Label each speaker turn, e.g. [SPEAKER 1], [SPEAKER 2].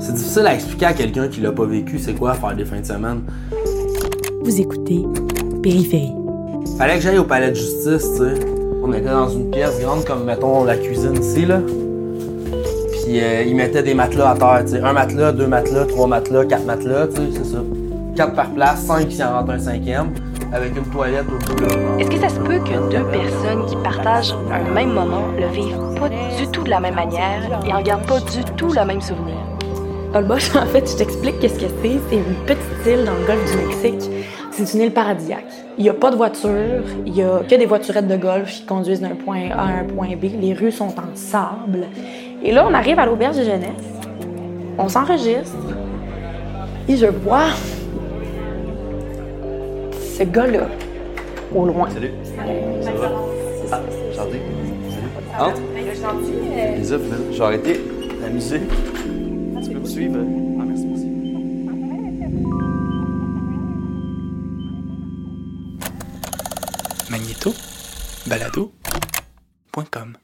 [SPEAKER 1] facile à expliquer à quelqu'un qui l'a pas vécu c'est quoi faire des fins de semaine.
[SPEAKER 2] Vous écoutez Périphérie.
[SPEAKER 1] Fallait que j'aille au palais de justice, tu sais. On était dans une pièce grande comme, mettons, la cuisine ici, là. Puis euh, ils mettaient des matelas à terre, tu sais. Un matelas, deux matelas, trois matelas, quatre matelas, tu sais, c'est ça. Quatre par place, cinq s'il en rentre un cinquième, avec une toilette au bout, là.
[SPEAKER 3] Est-ce que ça se peut que deux personnes qui partagent un même moment le vivent pas du tout de la même manière et en gardent pas du tout le même souvenir?
[SPEAKER 4] Paul Bosch, Ah, en fait, je t'explique qu'est-ce que c'est. C'est une petite île dans le golfe du Mexique. C'est une île paradisiaque. Il n'y a pas de voiture, il n'y a que des voiturettes de golf qui conduisent d'un point A à un point B. Les rues sont en sable. Et là, on arrive à l'auberge de jeunesse. On s'enregistre. Et je vois ce gars-là au loin.
[SPEAKER 5] Salut. Ça va? Ah, Jordi. Salut. Entre. Les œufs, là. J'ai arrêté la musique. Tu peux me suivre? Ah, merci, merci.
[SPEAKER 6] Magnéto, balado.com